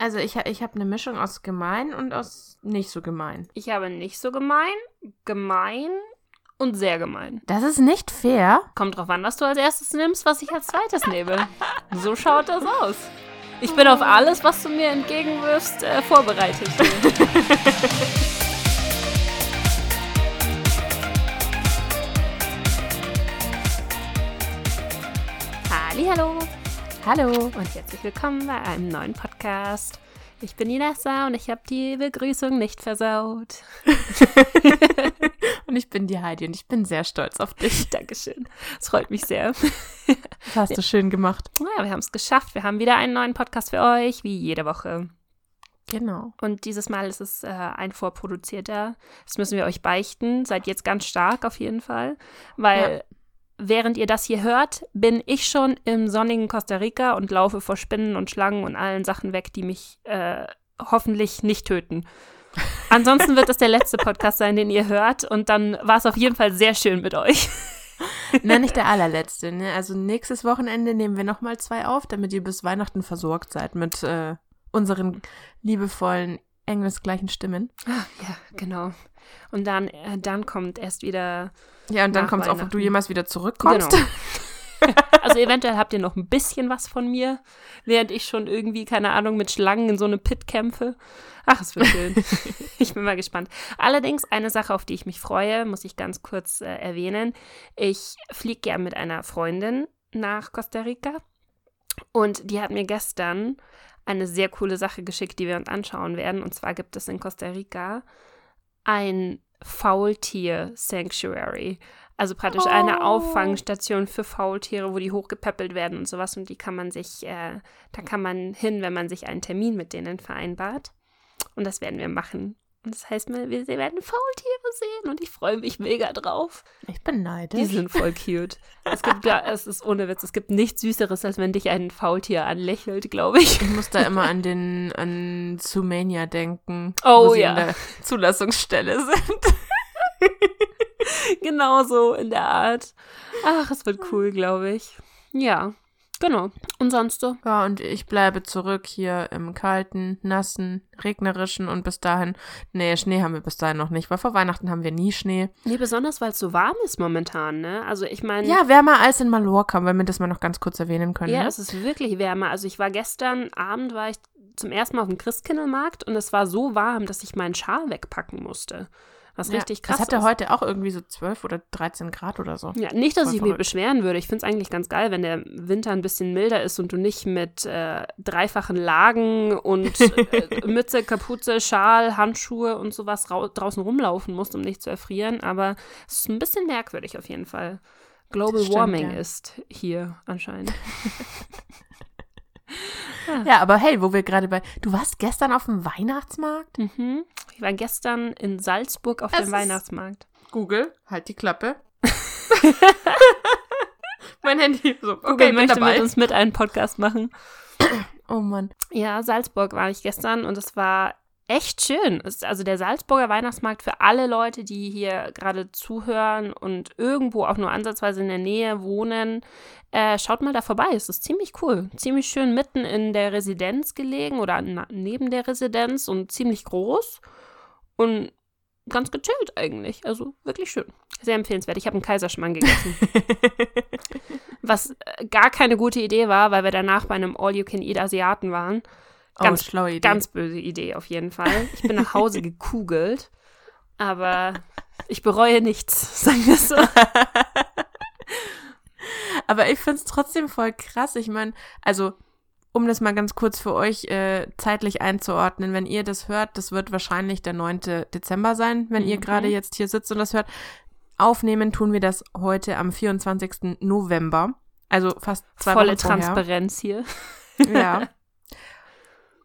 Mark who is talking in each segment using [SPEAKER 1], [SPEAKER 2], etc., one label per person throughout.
[SPEAKER 1] Also ich, ha- ich habe eine Mischung aus gemein und aus nicht so gemein.
[SPEAKER 2] Ich habe nicht so gemein, gemein und sehr gemein.
[SPEAKER 1] Das ist nicht fair.
[SPEAKER 2] Kommt drauf an, was du als erstes nimmst, was ich als zweites nehme. So schaut das aus. Ich bin auf alles, was du mir entgegenwirfst, äh, vorbereitet. Hallo.
[SPEAKER 1] Hallo.
[SPEAKER 2] Und herzlich willkommen bei einem neuen Podcast. Ich bin Inessa und ich habe die Begrüßung nicht versaut.
[SPEAKER 1] Und ich bin die Heidi und ich bin sehr stolz auf dich.
[SPEAKER 2] Dankeschön. Es freut mich sehr.
[SPEAKER 1] Das hast du schön gemacht.
[SPEAKER 2] Ja, wir haben es geschafft. Wir haben wieder einen neuen Podcast für euch, wie jede Woche.
[SPEAKER 1] Genau.
[SPEAKER 2] Und dieses Mal ist es äh, ein vorproduzierter. Das müssen wir euch beichten. Seid jetzt ganz stark auf jeden Fall. Weil während ihr das hier hört, bin ich schon im sonnigen Costa Rica und laufe vor Spinnen und Schlangen und allen Sachen weg, die mich äh, hoffentlich nicht töten. Ansonsten wird das der letzte Podcast sein, den ihr hört. Und dann war es auf jeden Fall sehr schön mit euch.
[SPEAKER 1] Na, nicht der allerletzte. Ne? Also nächstes Wochenende nehmen wir nochmal zwei auf, damit ihr bis Weihnachten versorgt seid mit äh, unseren liebevollen, engelsgleichen Stimmen.
[SPEAKER 2] Ja, genau. Und dann, äh, dann kommt erst wieder
[SPEAKER 1] Ja, und dann
[SPEAKER 2] Nach
[SPEAKER 1] kommt es auch, ob du
[SPEAKER 2] Weihnachten.
[SPEAKER 1] jemals wieder zurückkommst.
[SPEAKER 2] Genau. Also eventuell habt ihr noch ein bisschen was von mir, während ich schon irgendwie, keine Ahnung, mit Schlangen in so eine Pit kämpfe. Ach, es wird schön. ich bin mal gespannt. Allerdings eine Sache, auf die ich mich freue, muss ich ganz kurz äh, erwähnen. Ich fliege gern mit einer Freundin nach Costa Rica und die hat mir gestern eine sehr coole Sache geschickt, die wir uns anschauen werden. Und zwar gibt es in Costa Rica ein Faultier-Sanctuary. Also praktisch eine
[SPEAKER 1] Oh.
[SPEAKER 2] Auffangstation für Faultiere, wo die hochgepäppelt werden und sowas. Und die kann man sich, äh, da kann man hin, wenn man sich einen Termin mit denen vereinbart. Und das werden wir machen. Und das heißt, wir wir werden Faultiere sehen und ich freue mich mega drauf.
[SPEAKER 1] Ich bin neidisch.
[SPEAKER 2] Die sind voll cute. Es gibt, ja, es ist ohne Witz, es gibt nichts Süßeres, als wenn dich ein Faultier anlächelt, glaube ich.
[SPEAKER 1] Ich muss da immer an den an Zoomania denken,
[SPEAKER 2] Oh,
[SPEAKER 1] wo sie
[SPEAKER 2] ja.
[SPEAKER 1] in der Zulassungsstelle sind.
[SPEAKER 2] genau so in der Art. Ach, es wird cool, glaube ich. Ja, genau. Und sonst so?
[SPEAKER 1] Ja, und ich bleibe zurück hier im kalten, nassen, regnerischen und bis dahin, nee, Schnee haben wir bis dahin noch nicht, weil vor Weihnachten haben wir nie Schnee.
[SPEAKER 2] Nee, besonders, weil es so warm ist momentan, ne? Also ich meine,
[SPEAKER 1] Ja, wärmer als in Mallorca, weil wir das mal noch ganz kurz erwähnen können.
[SPEAKER 2] ja,
[SPEAKER 1] ne?
[SPEAKER 2] es ist wirklich wärmer. Also ich war gestern Abend, war ich zum ersten Mal auf dem Christkindlmarkt und es war so warm, dass ich meinen Schal wegpacken musste. Was
[SPEAKER 1] Ja.
[SPEAKER 2] richtig krass
[SPEAKER 1] Es hatte
[SPEAKER 2] ist.
[SPEAKER 1] heute auch irgendwie so 12 oder 13 Grad oder so.
[SPEAKER 2] Ja, nicht, dass
[SPEAKER 1] Voll
[SPEAKER 2] ich mich
[SPEAKER 1] verrückt.
[SPEAKER 2] beschweren würde. Ich finde es eigentlich ganz geil, wenn der Winter ein bisschen milder ist und du nicht mit äh, dreifachen Lagen und äh, Mütze, Kapuze, Schal, Handschuhe und sowas rau- draußen rumlaufen musst, um nicht zu erfrieren. Aber es ist ein bisschen merkwürdig auf jeden Fall. Global
[SPEAKER 1] Das stimmt,
[SPEAKER 2] Warming
[SPEAKER 1] ja.
[SPEAKER 2] ist hier anscheinend.
[SPEAKER 1] Ja, aber hey, wo wir gerade bei. Du warst gestern auf dem Weihnachtsmarkt?
[SPEAKER 2] Mhm. Ich war gestern in Salzburg auf
[SPEAKER 1] Es
[SPEAKER 2] dem
[SPEAKER 1] ist-
[SPEAKER 2] Weihnachtsmarkt.
[SPEAKER 1] Google, halt die Klappe. mein Handy. So, okay,
[SPEAKER 2] Google
[SPEAKER 1] bin
[SPEAKER 2] möchte
[SPEAKER 1] dabei.
[SPEAKER 2] mit uns mit einen Podcast machen.
[SPEAKER 1] Oh Mann.
[SPEAKER 2] Ja, Salzburg war ich gestern und es war echt schön. Es ist also der Salzburger Weihnachtsmarkt für alle Leute, die hier gerade zuhören und irgendwo auch nur ansatzweise in der Nähe wohnen. Äh, schaut mal da vorbei, es ist ziemlich cool. Ziemlich schön mitten in der Residenz gelegen oder na- neben der Residenz und ziemlich groß und ganz gechillt eigentlich. Also wirklich schön. Sehr empfehlenswert. Ich habe einen Kaiserschmarrn gegessen.
[SPEAKER 1] Oh,
[SPEAKER 2] Was äh, gar keine gute Idee war, weil wir danach bei einem All-You-Can-Eat-Asiaten waren. Ganz-
[SPEAKER 1] oh, schlaue Idee.
[SPEAKER 2] Ganz böse Idee auf jeden Fall. Ich bin nach Hause gekugelt, aber ich bereue nichts, sagen wir so.
[SPEAKER 1] Aber ich find's trotzdem voll krass. Ich meine, also, um das mal ganz kurz für euch äh, zeitlich einzuordnen, wenn ihr das hört, das wird wahrscheinlich der 9. Dezember sein, wenn ihr
[SPEAKER 2] Mhm.
[SPEAKER 1] gerade jetzt hier sitzt und das hört. Aufnehmen tun wir das heute am 24. November. Also fast zwei
[SPEAKER 2] Volle
[SPEAKER 1] Wochen vorher.
[SPEAKER 2] Transparenz hier.
[SPEAKER 1] Ja.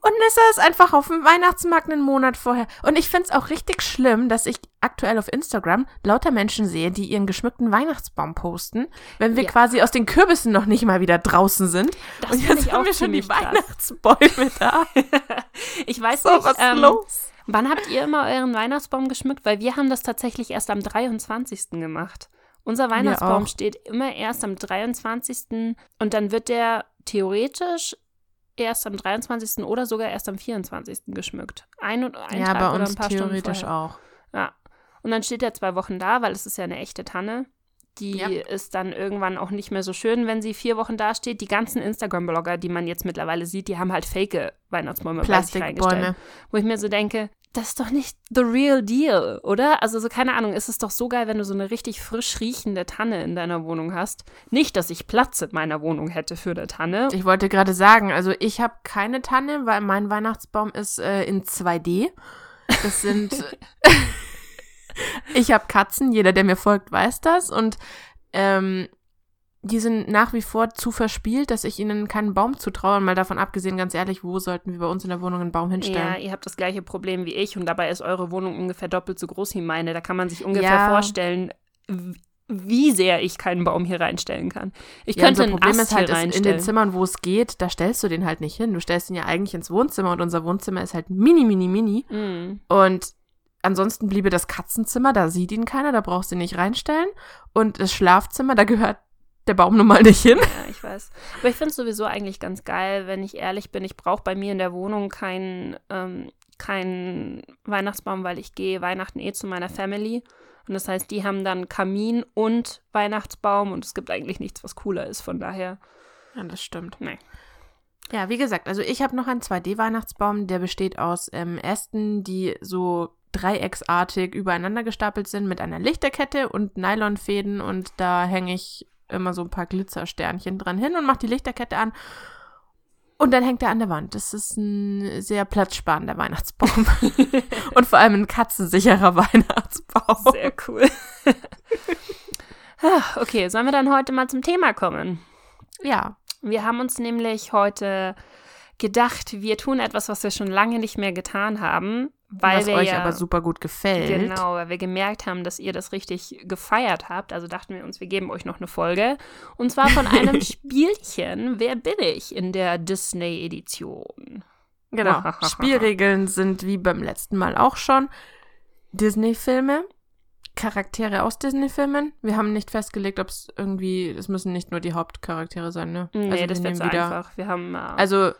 [SPEAKER 1] Und Nissa ist einfach auf dem Weihnachtsmarkt einen Monat vorher. Und ich find's auch richtig schlimm, dass ich aktuell auf Instagram lauter Menschen sehe, die ihren geschmückten Weihnachtsbaum posten, wenn wir
[SPEAKER 2] Ja.
[SPEAKER 1] quasi aus den Kürbissen noch nicht mal wieder draußen sind.
[SPEAKER 2] Das
[SPEAKER 1] Und
[SPEAKER 2] finde
[SPEAKER 1] jetzt
[SPEAKER 2] ich
[SPEAKER 1] haben
[SPEAKER 2] auch
[SPEAKER 1] wir schon die
[SPEAKER 2] ziemlich krass.
[SPEAKER 1] Weihnachtsbäume da.
[SPEAKER 2] Ich weiß
[SPEAKER 1] So,
[SPEAKER 2] nicht,
[SPEAKER 1] was
[SPEAKER 2] ähm,
[SPEAKER 1] los?
[SPEAKER 2] wann habt ihr immer euren Weihnachtsbaum geschmückt? Weil wir haben das tatsächlich erst am 23. gemacht. Unser Weihnachtsbaum
[SPEAKER 1] auch.
[SPEAKER 2] steht immer erst am 23. und dann wird der theoretisch erst am 23. oder sogar erst am 24. geschmückt. Ein, und- ein
[SPEAKER 1] Ja,
[SPEAKER 2] Tag
[SPEAKER 1] bei
[SPEAKER 2] oder
[SPEAKER 1] uns
[SPEAKER 2] ein paar Stunden
[SPEAKER 1] theoretisch
[SPEAKER 2] vorher.
[SPEAKER 1] auch.
[SPEAKER 2] Ja. Und dann steht er zwei Wochen da, weil es ist ja eine echte Tanne. Die
[SPEAKER 1] Ja.
[SPEAKER 2] ist dann irgendwann auch nicht mehr so schön, wenn sie vier Wochen da steht. Die ganzen Instagram-Blogger, die man jetzt mittlerweile sieht, die haben halt fake Weihnachtsbäume bei sich reingestellt
[SPEAKER 1] Plastikbäume.
[SPEAKER 2] wo ich mir so denke, das ist doch nicht the real deal, oder? Also so keine Ahnung, es ist doch so geil, wenn du so eine richtig frisch riechende Tanne in deiner Wohnung hast. Nicht, dass ich Platz in meiner Wohnung hätte für eine Tanne.
[SPEAKER 1] Ich wollte gerade sagen, also ich habe keine Tanne, weil mein Weihnachtsbaum ist äh, in 2D. Das sind. ich habe Katzen, jeder, der mir folgt, weiß das. Und ähm, die sind nach wie vor zu verspielt, dass ich ihnen keinen Baum zutraue. Und mal davon abgesehen, ganz ehrlich, wo sollten wir bei uns in der Wohnung einen Baum
[SPEAKER 2] Ja,
[SPEAKER 1] hinstellen?
[SPEAKER 2] ihr habt das gleiche Problem wie ich und dabei ist eure Wohnung ungefähr doppelt so groß wie meine. Da kann man sich ungefähr
[SPEAKER 1] Ja.
[SPEAKER 2] vorstellen, w- wie sehr ich keinen Baum hier reinstellen kann. Ich
[SPEAKER 1] Ja,
[SPEAKER 2] könnte
[SPEAKER 1] unser
[SPEAKER 2] einen
[SPEAKER 1] Problem
[SPEAKER 2] Ast
[SPEAKER 1] ist halt,
[SPEAKER 2] hier
[SPEAKER 1] ist in den
[SPEAKER 2] reinstellen.
[SPEAKER 1] Zimmern, wo es geht, da stellst du den halt nicht hin. Du stellst ihn ja eigentlich ins Wohnzimmer und unser Wohnzimmer ist halt mini, mini, mini.
[SPEAKER 2] Mm.
[SPEAKER 1] Und ansonsten bliebe das Katzenzimmer, da sieht ihn keiner, da brauchst du ihn nicht reinstellen. Und das Schlafzimmer, da gehört der Baum nun mal nicht hin.
[SPEAKER 2] Ja, ich weiß. Aber ich finde es sowieso eigentlich ganz geil, wenn ich ehrlich bin. Ich brauche bei mir in der Wohnung keinen ähm, keinen Weihnachtsbaum, weil ich gehe Weihnachten eh zu meiner Family. Und das heißt, die haben dann Kamin und Weihnachtsbaum und es gibt eigentlich nichts, was cooler ist. Von daher,
[SPEAKER 1] Ja, das stimmt.
[SPEAKER 2] Nee.
[SPEAKER 1] Ja, wie gesagt, also ich habe noch einen 2D-Weihnachtsbaum, der besteht aus ähm, Ästen, die so dreiecksartig übereinander gestapelt sind mit einer Lichterkette und Nylonfäden und da hänge ich immer so ein paar Glitzersternchen dran hin und mache die Lichterkette an und dann hängt er an der Wand. Das ist ein sehr platzsparender Weihnachtsbaum und vor allem ein katzensicherer Weihnachtsbaum.
[SPEAKER 2] sehr cool. Ah, okay, sollen wir dann heute mal zum Thema kommen?
[SPEAKER 1] Ja,
[SPEAKER 2] Wir haben uns nämlich heute gedacht, wir tun etwas, was wir schon lange nicht mehr getan haben, weil
[SPEAKER 1] was
[SPEAKER 2] wir
[SPEAKER 1] euch
[SPEAKER 2] ja
[SPEAKER 1] aber super gut gefällt.
[SPEAKER 2] Genau, weil wir gemerkt haben, dass ihr das richtig gefeiert habt. Also dachten wir uns, wir geben euch noch eine Folge. Und zwar von einem Spielchen Wer bin ich in der Disney-Edition.
[SPEAKER 1] Genau. Spielregeln sind wie beim letzten Mal auch schon Disney-Filme, Charaktere aus Disney-Filmen. Wir haben nicht festgelegt, ob es irgendwie, es müssen nicht nur die Hauptcharaktere sein, ne?
[SPEAKER 2] Nee,
[SPEAKER 1] wir
[SPEAKER 2] das
[SPEAKER 1] nehmen
[SPEAKER 2] wird so einfach. Wir haben, äh,
[SPEAKER 1] Also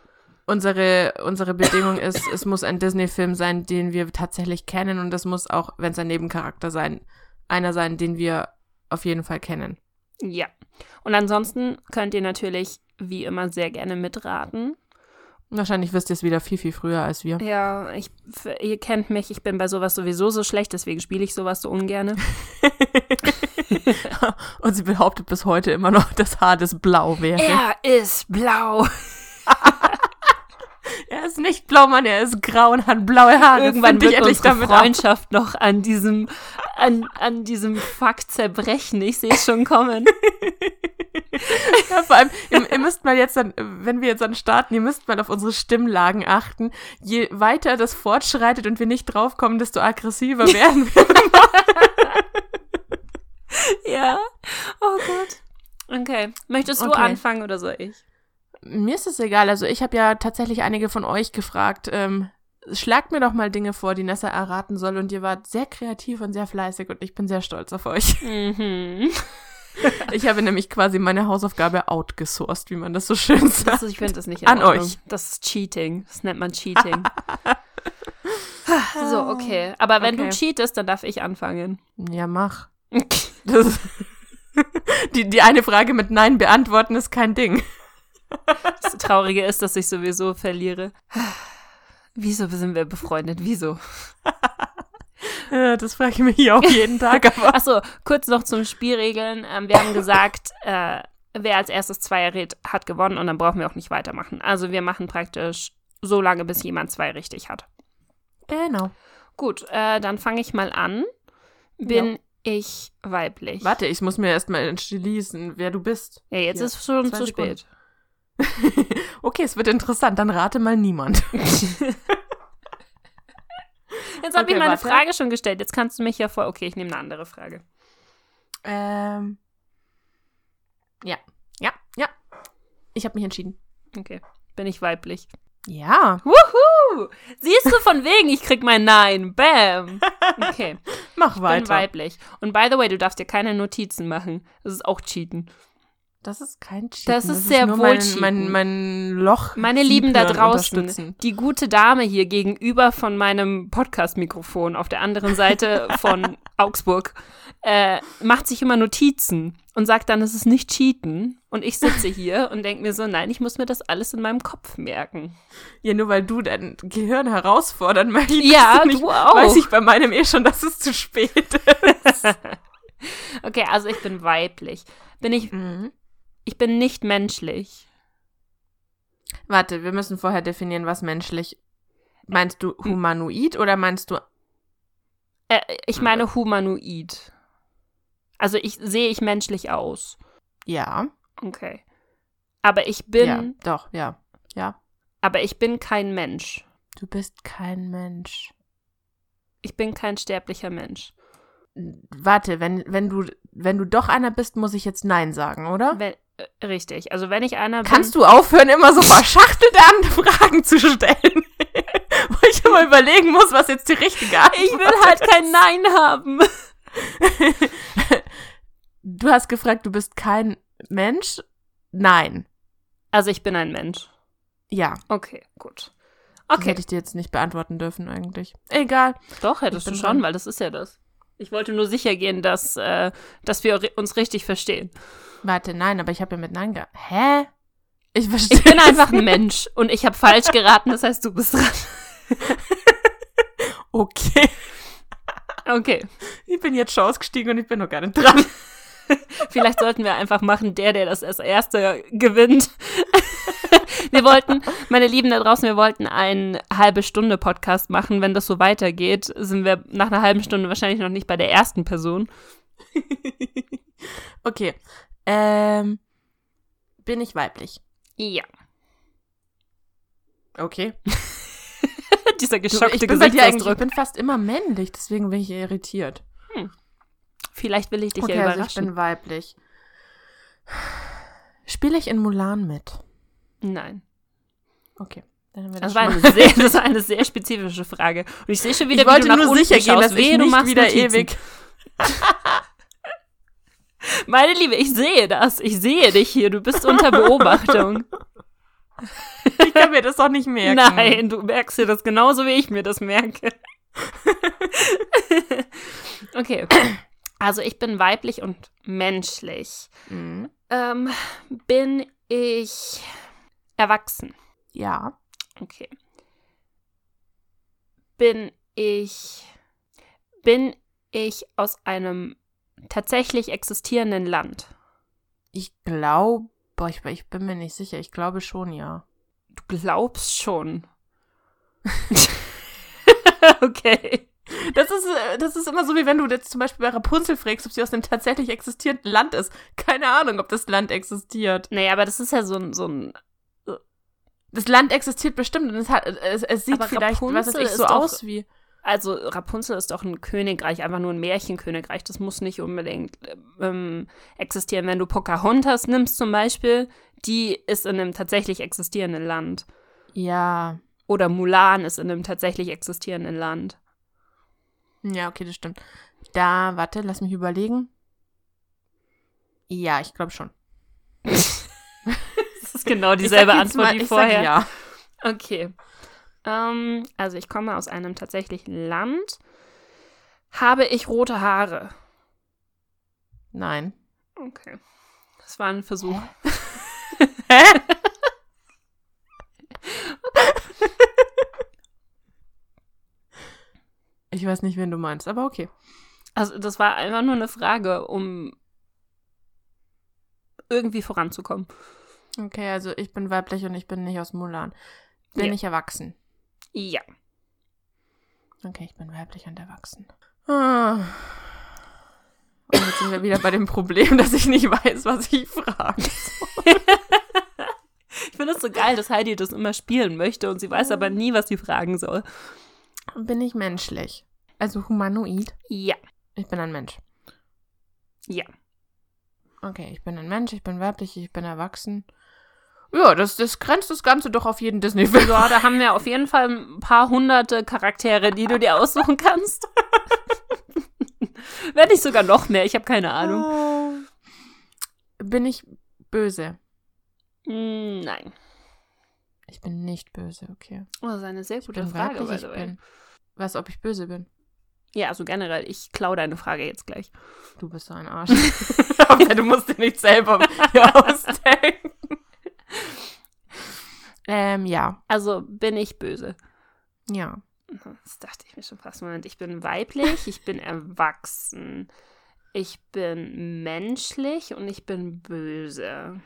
[SPEAKER 1] unsere, unsere Bedingung ist, es muss ein Disney-Film sein, den wir tatsächlich kennen und es muss auch, wenn es ein Nebencharakter sein, einer sein, den wir auf jeden Fall kennen.
[SPEAKER 2] ja. Und ansonsten könnt ihr natürlich wie immer sehr gerne mitraten.
[SPEAKER 1] Wahrscheinlich wisst ihr es wieder viel, viel früher als wir.
[SPEAKER 2] Ja, ich, f- ihr kennt mich, ich bin bei sowas sowieso so schlecht, deswegen spiele ich sowas so ungern.
[SPEAKER 1] und sie behauptet bis heute immer noch, das Haar des Blau wäre.
[SPEAKER 2] er ist blau.
[SPEAKER 1] Er ist nicht blau, Mann, er ist grau und hat blaue Haare.
[SPEAKER 2] Irgendwann
[SPEAKER 1] bin
[SPEAKER 2] wird
[SPEAKER 1] Äh, ich endlich
[SPEAKER 2] unsere
[SPEAKER 1] damit ab.
[SPEAKER 2] Freundschaft noch an diesem, an, an diesem Fakt zerbrechen. Ich sehe es schon kommen.
[SPEAKER 1] Ja, vor allem, ihr, ihr müsst mal jetzt dann, wenn wir jetzt dann starten, ihr müsst mal auf unsere Stimmlagen achten. Je weiter das fortschreitet und wir nicht draufkommen, desto aggressiver werden wir.
[SPEAKER 2] ja. Oh Gott. Okay. Möchtest du
[SPEAKER 1] Okay.
[SPEAKER 2] anfangen oder soll ich?
[SPEAKER 1] Mir ist es egal, also ich habe ja tatsächlich einige von euch gefragt, ähm, schlagt mir doch mal Dinge vor, die Nessa erraten soll und ihr wart sehr kreativ und sehr fleißig und ich bin sehr stolz auf euch.
[SPEAKER 2] Mhm.
[SPEAKER 1] Ich habe nämlich quasi meine Hausaufgabe outgesourced, wie man das so schön sagt.
[SPEAKER 2] Das, ich finde das nicht in
[SPEAKER 1] An
[SPEAKER 2] Ordnung.
[SPEAKER 1] euch.
[SPEAKER 2] Das ist Cheating. Das nennt man Cheating. so, okay. Aber wenn
[SPEAKER 1] Okay.
[SPEAKER 2] du cheatest, dann darf ich anfangen.
[SPEAKER 1] Ja, mach. Das die, die eine Frage mit Nein beantworten ist kein Ding.
[SPEAKER 2] Das Traurige ist, dass ich sowieso verliere. Wieso sind wir befreundet? Wieso?
[SPEAKER 1] Äh, Das frage ich mich auch jeden Tag. Aber
[SPEAKER 2] Achso, kurz noch zum Spielregeln. Ähm, wir haben gesagt, äh, wer als erstes zwei errät, hat gewonnen und dann brauchen wir auch nicht weitermachen. Also wir machen praktisch so lange, bis jemand zwei richtig hat.
[SPEAKER 1] genau.
[SPEAKER 2] Gut, äh, dann fange ich mal an. Bin ich weiblich?
[SPEAKER 1] Warte, ich muss mir erstmal entschließen, wer du bist.
[SPEAKER 2] Ja, jetzt
[SPEAKER 1] Hier,
[SPEAKER 2] ist schon
[SPEAKER 1] zwei
[SPEAKER 2] zu
[SPEAKER 1] Sekunden.
[SPEAKER 2] spät.
[SPEAKER 1] Okay, es wird interessant, dann rate mal niemand.
[SPEAKER 2] Jetzt habe
[SPEAKER 1] Okay,
[SPEAKER 2] ich meine
[SPEAKER 1] warte.
[SPEAKER 2] Frage schon gestellt. Jetzt kannst du mich ja vor. Okay, ich nehme eine andere Frage.
[SPEAKER 1] Ähm. Ja, ja, ja. Ich habe mich entschieden.
[SPEAKER 2] Okay. Bin ich weiblich?
[SPEAKER 1] Ja.
[SPEAKER 2] Wuhu! Siehst du von wegen, ich krieg mein Nein. Bam! Okay.
[SPEAKER 1] Mach
[SPEAKER 2] Ich bin
[SPEAKER 1] weiter.
[SPEAKER 2] weiblich. Und by the way, du darfst dir keine Notizen machen. Das ist auch Cheaten.
[SPEAKER 1] Das ist kein Cheaten.
[SPEAKER 2] Das ist sehr
[SPEAKER 1] nur
[SPEAKER 2] wohl
[SPEAKER 1] mein,
[SPEAKER 2] Cheaten.
[SPEAKER 1] mein, mein Loch.
[SPEAKER 2] Meine Lieben da
[SPEAKER 1] Siebenhirn
[SPEAKER 2] draußen,
[SPEAKER 1] unterstützen.
[SPEAKER 2] die gute Dame hier gegenüber von meinem Podcast-Mikrofon auf der anderen Seite von Augsburg äh, macht sich immer Notizen und sagt dann, es ist nicht Cheaten. Und ich sitze hier und denke mir so, nein, ich muss mir das alles in meinem Kopf merken.
[SPEAKER 1] Ja, nur weil du dein Gehirn herausfordern möchtest.
[SPEAKER 2] Ja,
[SPEAKER 1] nicht,
[SPEAKER 2] du auch.
[SPEAKER 1] Weiß ich bei meinem eh schon, dass es zu spät ist.
[SPEAKER 2] Okay, also ich bin weiblich. Bin ich,
[SPEAKER 1] mhm.
[SPEAKER 2] ich bin nicht menschlich.
[SPEAKER 1] Warte, wir müssen vorher definieren, was menschlich. Meinst du humanoid oder meinst du.
[SPEAKER 2] Äh, ich meine humanoid. Also ich sehe ich menschlich aus.
[SPEAKER 1] Ja.
[SPEAKER 2] Okay. Aber ich bin,
[SPEAKER 1] Ja, doch, ja. Ja.
[SPEAKER 2] aber ich bin kein Mensch.
[SPEAKER 1] Du bist kein Mensch.
[SPEAKER 2] Ich bin kein sterblicher Mensch.
[SPEAKER 1] Warte, wenn, wenn, du, wenn du doch einer bist, muss ich jetzt Nein sagen, oder?
[SPEAKER 2] Wenn, äh, richtig. Also wenn ich einer
[SPEAKER 1] Kannst du aufhören, immer so verschachtelte andere Fragen zu stellen? Wo ich immer überlegen muss, was jetzt die richtige Antwort
[SPEAKER 2] bin. Ich will halt kein Nein haben.
[SPEAKER 1] Du hast gefragt, du bist kein Mensch? Nein.
[SPEAKER 2] Also ich bin ein Mensch.
[SPEAKER 1] Ja.
[SPEAKER 2] Okay, gut.
[SPEAKER 1] Das
[SPEAKER 2] Okay.
[SPEAKER 1] hätte ich dir jetzt nicht beantworten dürfen eigentlich. Egal.
[SPEAKER 2] Doch, hättest
[SPEAKER 1] Ich
[SPEAKER 2] du
[SPEAKER 1] bin
[SPEAKER 2] schon,
[SPEAKER 1] dran.
[SPEAKER 2] weil das ist ja das. Ich wollte nur sicher gehen, dass, äh, dass wir ri- uns richtig verstehen.
[SPEAKER 1] Warte, nein, aber ich habe ja mit Nein ge... Hä? Ich verstehe.
[SPEAKER 2] Ich bin
[SPEAKER 1] das
[SPEAKER 2] einfach
[SPEAKER 1] nicht.
[SPEAKER 2] ein Mensch und ich habe falsch geraten, das heißt, du bist dran.
[SPEAKER 1] Okay.
[SPEAKER 2] Okay,
[SPEAKER 1] Ich bin jetzt schon ausgestiegen und ich bin noch gar nicht dran.
[SPEAKER 2] vielleicht sollten wir einfach machen, der, der das als Erster gewinnt. Wir wollten, meine Lieben da draußen, wir wollten einen halbe Stunde Podcast machen. Wenn das so weitergeht, sind wir nach einer halben Stunde wahrscheinlich noch nicht bei der ersten Person.
[SPEAKER 1] Okay. Ähm, bin ich weiblich?
[SPEAKER 2] Ja.
[SPEAKER 1] Okay.
[SPEAKER 2] Dieser
[SPEAKER 1] Du,
[SPEAKER 2] geschockte
[SPEAKER 1] ich bin bei dir eigentlich, ich
[SPEAKER 2] Gesichtsausdruck.
[SPEAKER 1] bin fast immer männlich, deswegen bin ich irritiert.
[SPEAKER 2] Vielleicht will ich dich
[SPEAKER 1] okay,
[SPEAKER 2] ja
[SPEAKER 1] also ich
[SPEAKER 2] überraschen.
[SPEAKER 1] bin weiblich. Spiele ich in Mulan mit?
[SPEAKER 2] Nein.
[SPEAKER 1] Okay. Dann haben wir
[SPEAKER 2] Das
[SPEAKER 1] das schon
[SPEAKER 2] war, eine
[SPEAKER 1] mal.
[SPEAKER 2] sehr, das war eine sehr spezifische Frage. Und ich sehe schon wieder,
[SPEAKER 1] ich
[SPEAKER 2] wie
[SPEAKER 1] wollte
[SPEAKER 2] du nach
[SPEAKER 1] nur
[SPEAKER 2] unten
[SPEAKER 1] sicher gehen,
[SPEAKER 2] schaust.
[SPEAKER 1] dass ich
[SPEAKER 2] Wehe, du
[SPEAKER 1] nicht
[SPEAKER 2] machst
[SPEAKER 1] wieder
[SPEAKER 2] Notizen.
[SPEAKER 1] ewig.
[SPEAKER 2] Meine Liebe, ich sehe das. Ich sehe dich hier. Du bist unter Beobachtung.
[SPEAKER 1] Ich kann mir das doch nicht merken.
[SPEAKER 2] Nein, du merkst dir das genauso, wie ich mir das merke. okay. Also ich bin weiblich und menschlich.
[SPEAKER 1] Mhm.
[SPEAKER 2] Ähm, bin ich erwachsen?
[SPEAKER 1] Ja.
[SPEAKER 2] Okay. Bin ich. Bin ich aus einem tatsächlich existierenden Land?
[SPEAKER 1] Ich glaube, boah, ich, ich bin mir nicht sicher. Ich glaube schon, ja.
[SPEAKER 2] Du glaubst schon. okay.
[SPEAKER 1] Das ist, äh, das ist immer so, wie wenn du jetzt zum Beispiel bei Rapunzel fragst, ob sie aus einem tatsächlich existierenden Land ist. Keine Ahnung, ob das Land existiert.
[SPEAKER 2] Naja, aber das ist ja so ein. So ein
[SPEAKER 1] Das Land existiert bestimmt und es, hat, es, es sieht
[SPEAKER 2] Aber
[SPEAKER 1] vielleicht, was weiß
[SPEAKER 2] Rapunzel
[SPEAKER 1] ich, so
[SPEAKER 2] ist doch-
[SPEAKER 1] aus wie.
[SPEAKER 2] also Rapunzel ist doch ein Königreich, einfach nur ein Märchenkönigreich. Das muss nicht unbedingt ähm, existieren. Wenn du Pocahontas nimmst zum Beispiel, die ist in einem tatsächlich existierenden Land.
[SPEAKER 1] Ja.
[SPEAKER 2] Oder Mulan ist in einem tatsächlich existierenden Land.
[SPEAKER 1] Ja, okay, das stimmt. Da, warte, lass mich überlegen. Ja, ich glaube schon.
[SPEAKER 2] Das ist genau
[SPEAKER 1] Ich
[SPEAKER 2] dieselbe
[SPEAKER 1] sag jetzt
[SPEAKER 2] Antwort
[SPEAKER 1] mal-
[SPEAKER 2] wie
[SPEAKER 1] ich sag
[SPEAKER 2] vorher.
[SPEAKER 1] Ja.
[SPEAKER 2] Okay. Ähm, also ich komme aus einem tatsächlichen Land. Habe ich rote Haare?
[SPEAKER 1] Nein.
[SPEAKER 2] Okay. Das war ein Versuch.
[SPEAKER 1] Ich weiß nicht, wen du meinst, aber okay.
[SPEAKER 2] Also das war einfach nur eine Frage, um irgendwie voranzukommen.
[SPEAKER 1] Okay, also ich bin weiblich und ich bin nicht aus Mulan. Bin
[SPEAKER 2] Ja.
[SPEAKER 1] ich erwachsen?
[SPEAKER 2] Ja.
[SPEAKER 1] Okay, ich bin weiblich und erwachsen. Ah. Und jetzt sind wir wieder bei dem Problem, dass ich nicht weiß, was ich frage.
[SPEAKER 2] Ich finde es so geil, dass Heidi das immer spielen möchte und sie weiß aber nie, was sie fragen soll.
[SPEAKER 1] Bin ich menschlich? Also humanoid?
[SPEAKER 2] Ja.
[SPEAKER 1] Ich bin ein Mensch.
[SPEAKER 2] Ja.
[SPEAKER 1] Okay, ich bin ein Mensch, ich bin weiblich, ich bin erwachsen. Ja, das, das grenzt das Ganze doch auf jeden Disney-Film.
[SPEAKER 2] Ja, da haben wir auf jeden Fall ein paar hunderte Charaktere, die du dir aussuchen kannst. Oh. Wenn nicht sogar noch mehr, ich habe keine Ahnung.
[SPEAKER 1] Bin ich böse?
[SPEAKER 2] Mm, Nein.
[SPEAKER 1] Ich bin nicht böse, okay.
[SPEAKER 2] Oh, Das ist eine sehr
[SPEAKER 1] Ich
[SPEAKER 2] gute
[SPEAKER 1] bin
[SPEAKER 2] Frage. by
[SPEAKER 1] weiblich,
[SPEAKER 2] the
[SPEAKER 1] ich
[SPEAKER 2] way.
[SPEAKER 1] bin. Was, ob ich böse bin?
[SPEAKER 2] Ja, also generell, ich klaue deine Frage jetzt gleich.
[SPEAKER 1] Du bist so ein Arsch. Hauptsache, du musst dir nicht selber hier ausdenken. ähm, ja.
[SPEAKER 2] Also bin ich böse.
[SPEAKER 1] Ja.
[SPEAKER 2] Das dachte ich mir schon fast. Moment, ich bin weiblich, ich bin erwachsen, ich bin menschlich und ich bin böse.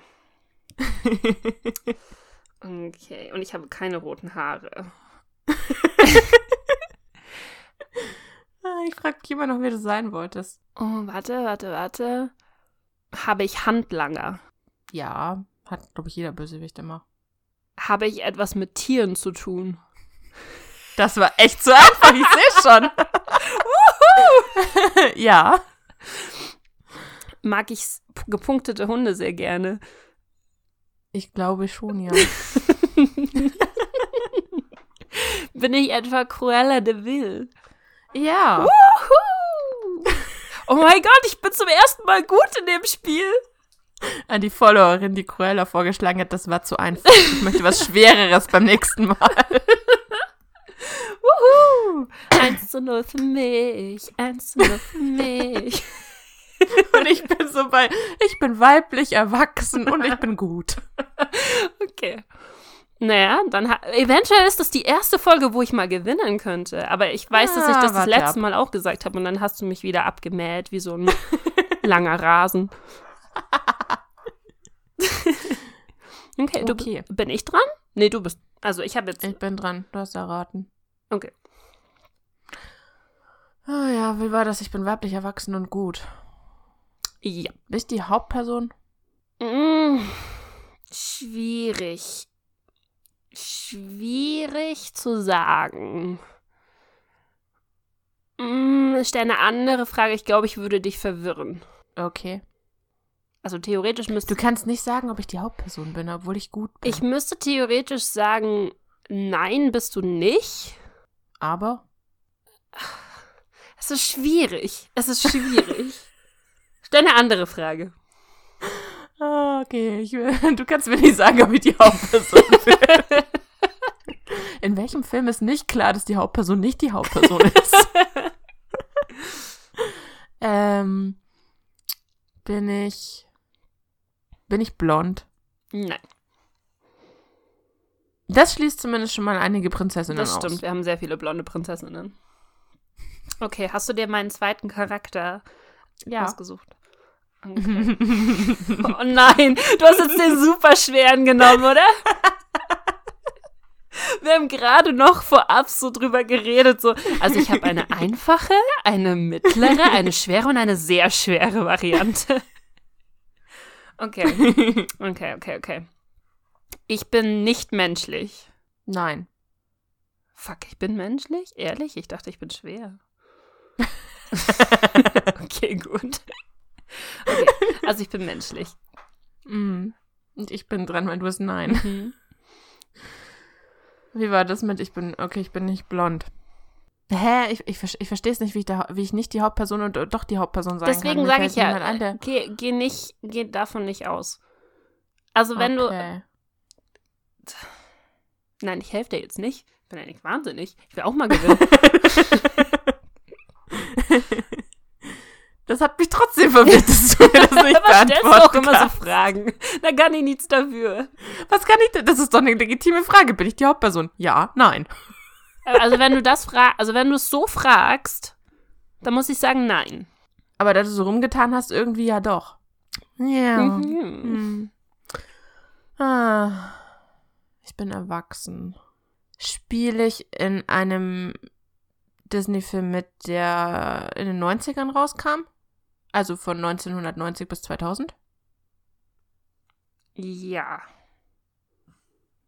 [SPEAKER 2] Okay, und ich habe keine roten Haare.
[SPEAKER 1] Ah, ich frage dich immer noch, wer du sein wolltest.
[SPEAKER 2] Oh, warte, warte, warte. Habe ich Handlanger?
[SPEAKER 1] Ja, hat, glaube ich, jeder Bösewicht immer.
[SPEAKER 2] Habe ich etwas mit Tieren zu tun?
[SPEAKER 1] Das war echt zu einfach, ich sehe schon. Wuhu! ja.
[SPEAKER 2] Mag ich s- gepunktete Hunde sehr gerne?
[SPEAKER 1] Ich glaube schon, ja.
[SPEAKER 2] Bin ich etwa Cruella de Vil?
[SPEAKER 1] ja.
[SPEAKER 2] Oh mein Gott, ich bin zum ersten Mal gut in dem Spiel.
[SPEAKER 1] An die Followerin, die Cruella vorgeschlagen hat, das war zu einfach. Ich möchte was Schwereres beim nächsten Mal.
[SPEAKER 2] Wuhu! 1 zu 0 für mich, 1 zu 0 für mich.
[SPEAKER 1] Und ich bin so bei, ich bin weiblich, erwachsen und ich bin gut.
[SPEAKER 2] Okay. Naja, dann ha- eventuell ist das die erste Folge, wo ich mal gewinnen könnte. Aber ich weiß, dass ich
[SPEAKER 1] Ah,
[SPEAKER 2] das das
[SPEAKER 1] warte
[SPEAKER 2] letzte
[SPEAKER 1] ab.
[SPEAKER 2] Mal auch gesagt habe und dann hast du mich wieder abgemäht wie so ein langer Rasen. okay, du
[SPEAKER 1] Okay.
[SPEAKER 2] bin ich dran? Nee, du bist. Also ich habe jetzt.
[SPEAKER 1] Ich bin dran, du hast erraten.
[SPEAKER 2] Okay.
[SPEAKER 1] Ah ja, wie war das? Ich bin weiblich, erwachsen und gut.
[SPEAKER 2] Ja.
[SPEAKER 1] Bin ich die Hauptperson?
[SPEAKER 2] Mm, schwierig. Schwierig zu sagen. Mm, ich stelle eine andere Frage. Ich glaube, ich würde dich verwirren.
[SPEAKER 1] Okay.
[SPEAKER 2] Also theoretisch müsste
[SPEAKER 1] Du kannst nicht sagen, ob ich die Hauptperson bin, obwohl ich gut bin.
[SPEAKER 2] ich müsste theoretisch sagen, nein, bist du nicht.
[SPEAKER 1] Aber?
[SPEAKER 2] Es ist schwierig. Es ist schwierig. stell eine andere Frage.
[SPEAKER 1] Ah, okay. Ich, will- du kannst mir nicht sagen, ob ich die Hauptperson bin. In welchem Film ist nicht klar, dass die Hauptperson nicht die Hauptperson ist? ähm, bin ich. Bin ich blond?
[SPEAKER 2] Nein,
[SPEAKER 1] Das schließt zumindest schon mal einige Prinzessinnen
[SPEAKER 2] das
[SPEAKER 1] aus.
[SPEAKER 2] stimmt. Wir haben sehr viele blonde Prinzessinnen. Okay, hast du dir meinen zweiten Charakter
[SPEAKER 1] Ja.
[SPEAKER 2] ausgesucht. Okay. oh nein, du hast jetzt den super schweren genommen, oder? Wir haben gerade noch vorab so drüber geredet. So. Also ich habe eine einfache, eine mittlere, eine schwere und eine sehr schwere Variante. Okay, okay, okay, okay. Ich bin nicht menschlich.
[SPEAKER 1] Nein.
[SPEAKER 2] Fuck, ich bin menschlich? Ehrlich? Ich dachte, ich bin schwer. okay, gut. Okay, also ich bin menschlich.
[SPEAKER 1] Mm. Und ich bin dran, weil du es nein. Wie war das mit ich bin, okay, ich bin nicht blond? Hä? Ich, ich, verste- ich verstehe es nicht, wie ich, da, wie ich nicht die Hauptperson und äh, doch die Hauptperson sein kann.
[SPEAKER 2] Deswegen
[SPEAKER 1] Mir
[SPEAKER 2] sage
[SPEAKER 1] fällt
[SPEAKER 2] ich ja, also
[SPEAKER 1] niemand ein, der-
[SPEAKER 2] geh, geh, nicht, geh davon nicht aus. Also wenn
[SPEAKER 1] okay.
[SPEAKER 2] du... Nein, ich helfe dir jetzt nicht. Ich bin ja nicht wahnsinnig. Ich will auch mal gewinnen.
[SPEAKER 1] Das hat mich trotzdem verwirrt, dass du mir das nicht
[SPEAKER 2] Aber stellst du auch
[SPEAKER 1] beantworten
[SPEAKER 2] immer
[SPEAKER 1] kannst.
[SPEAKER 2] so Fragen. Da kann ich nichts dafür.
[SPEAKER 1] Was kann ich denn? Das ist doch eine legitime Frage. Bin ich die Hauptperson? Ja, nein.
[SPEAKER 2] Also wenn du das fragst, also wenn du es so fragst, dann muss ich sagen nein.
[SPEAKER 1] Aber da du so rumgetan hast, irgendwie ja doch. Ja. Hm.
[SPEAKER 2] Mhm.
[SPEAKER 1] Ah, ich bin erwachsen. Spiele ich in einem Disney-Film mit, der in den 90ern rauskam? Also von 1990 bis 2000?
[SPEAKER 2] Ja.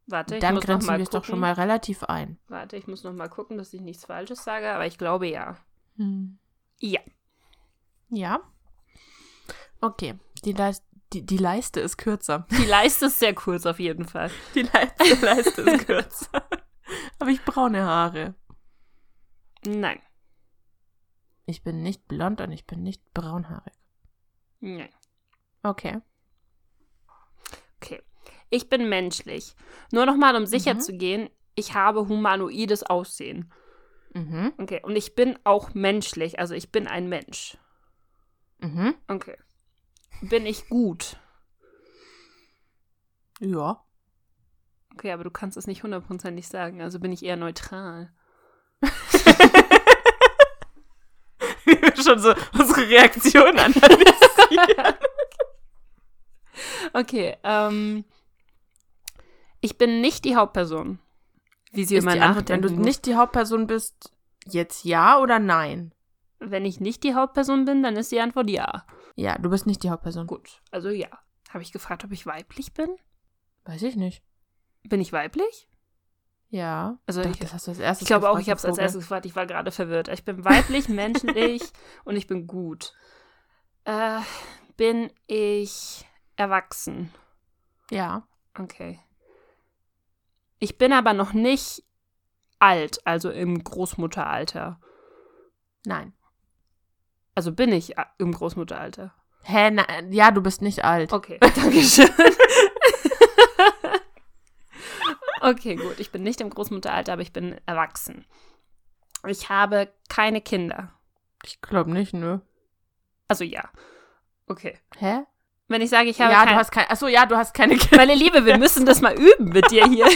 [SPEAKER 2] Warte, ich
[SPEAKER 1] Dann
[SPEAKER 2] muss noch
[SPEAKER 1] grenzen
[SPEAKER 2] mal
[SPEAKER 1] wir es
[SPEAKER 2] gucken.
[SPEAKER 1] doch schon mal relativ ein.
[SPEAKER 2] Warte, ich muss noch mal gucken, dass ich nichts Falsches sage, aber ich glaube ja. Ja.
[SPEAKER 1] Ja. Okay, die, Leis die, die Leiste ist kürzer.
[SPEAKER 2] Die Leiste ist sehr kurz auf jeden Fall.
[SPEAKER 1] Die Leiste, Leiste ist kürzer. Habe ich braune Haare?
[SPEAKER 2] Nein.
[SPEAKER 1] Ich bin nicht blond und ich bin nicht braunhaarig.
[SPEAKER 2] Nein.
[SPEAKER 1] Okay.
[SPEAKER 2] Ich bin menschlich. Nur nochmal, um sicher zu gehen, ich habe humanoides Aussehen.
[SPEAKER 1] Mhm.
[SPEAKER 2] Okay. Und ich bin auch menschlich. Also ich bin ein Mensch.
[SPEAKER 1] Mhm.
[SPEAKER 2] Okay. Bin ich gut?
[SPEAKER 1] Ja.
[SPEAKER 2] Okay, aber du kannst es nicht hundertprozentig sagen. Also bin ich eher neutral.
[SPEAKER 1] Schon so unsere Reaktion analysieren.
[SPEAKER 2] Okay, ähm. Ich bin nicht die Hauptperson. Wie sie
[SPEAKER 1] Ist
[SPEAKER 2] immer
[SPEAKER 1] die Antwort, wenn
[SPEAKER 2] nachdenken
[SPEAKER 1] du
[SPEAKER 2] muss.
[SPEAKER 1] nicht die Hauptperson bist, jetzt ja oder nein?
[SPEAKER 2] Wenn ich nicht die Hauptperson bin, dann ist die Antwort ja.
[SPEAKER 1] Ja, du bist nicht die Hauptperson.
[SPEAKER 2] Gut, also ja. Habe ich gefragt, ob ich weiblich bin?
[SPEAKER 1] Weiß ich nicht.
[SPEAKER 2] Bin ich weiblich?
[SPEAKER 1] Ja.
[SPEAKER 2] Also
[SPEAKER 1] Doch,
[SPEAKER 2] ich,
[SPEAKER 1] das hast du als erstes
[SPEAKER 2] ich glaube auch,
[SPEAKER 1] gefragt,
[SPEAKER 2] ich habe es als
[SPEAKER 1] Vogel.
[SPEAKER 2] erstes gefragt. Ich war gerade verwirrt. Ich bin weiblich, menschlich und ich bin gut. Äh, bin ich erwachsen?
[SPEAKER 1] Ja.
[SPEAKER 2] Okay. Ich bin aber noch nicht alt, also im Großmutteralter.
[SPEAKER 1] Nein.
[SPEAKER 2] Also bin ich a- im Großmutteralter.
[SPEAKER 1] Hä, na, ja, du bist nicht alt.
[SPEAKER 2] Okay, danke schön. okay, gut. Ich bin nicht im Großmutteralter, aber ich bin erwachsen. Ich habe keine Kinder.
[SPEAKER 1] Ich glaube nicht, nö.
[SPEAKER 2] Also ja. Okay.
[SPEAKER 1] Hä?
[SPEAKER 2] Wenn ich sage, ich habe
[SPEAKER 1] Ja, du
[SPEAKER 2] keine.
[SPEAKER 1] hast keine. Achso, ja, du hast keine Kinder.
[SPEAKER 2] Meine Liebe, wir müssen das mal üben mit dir hier.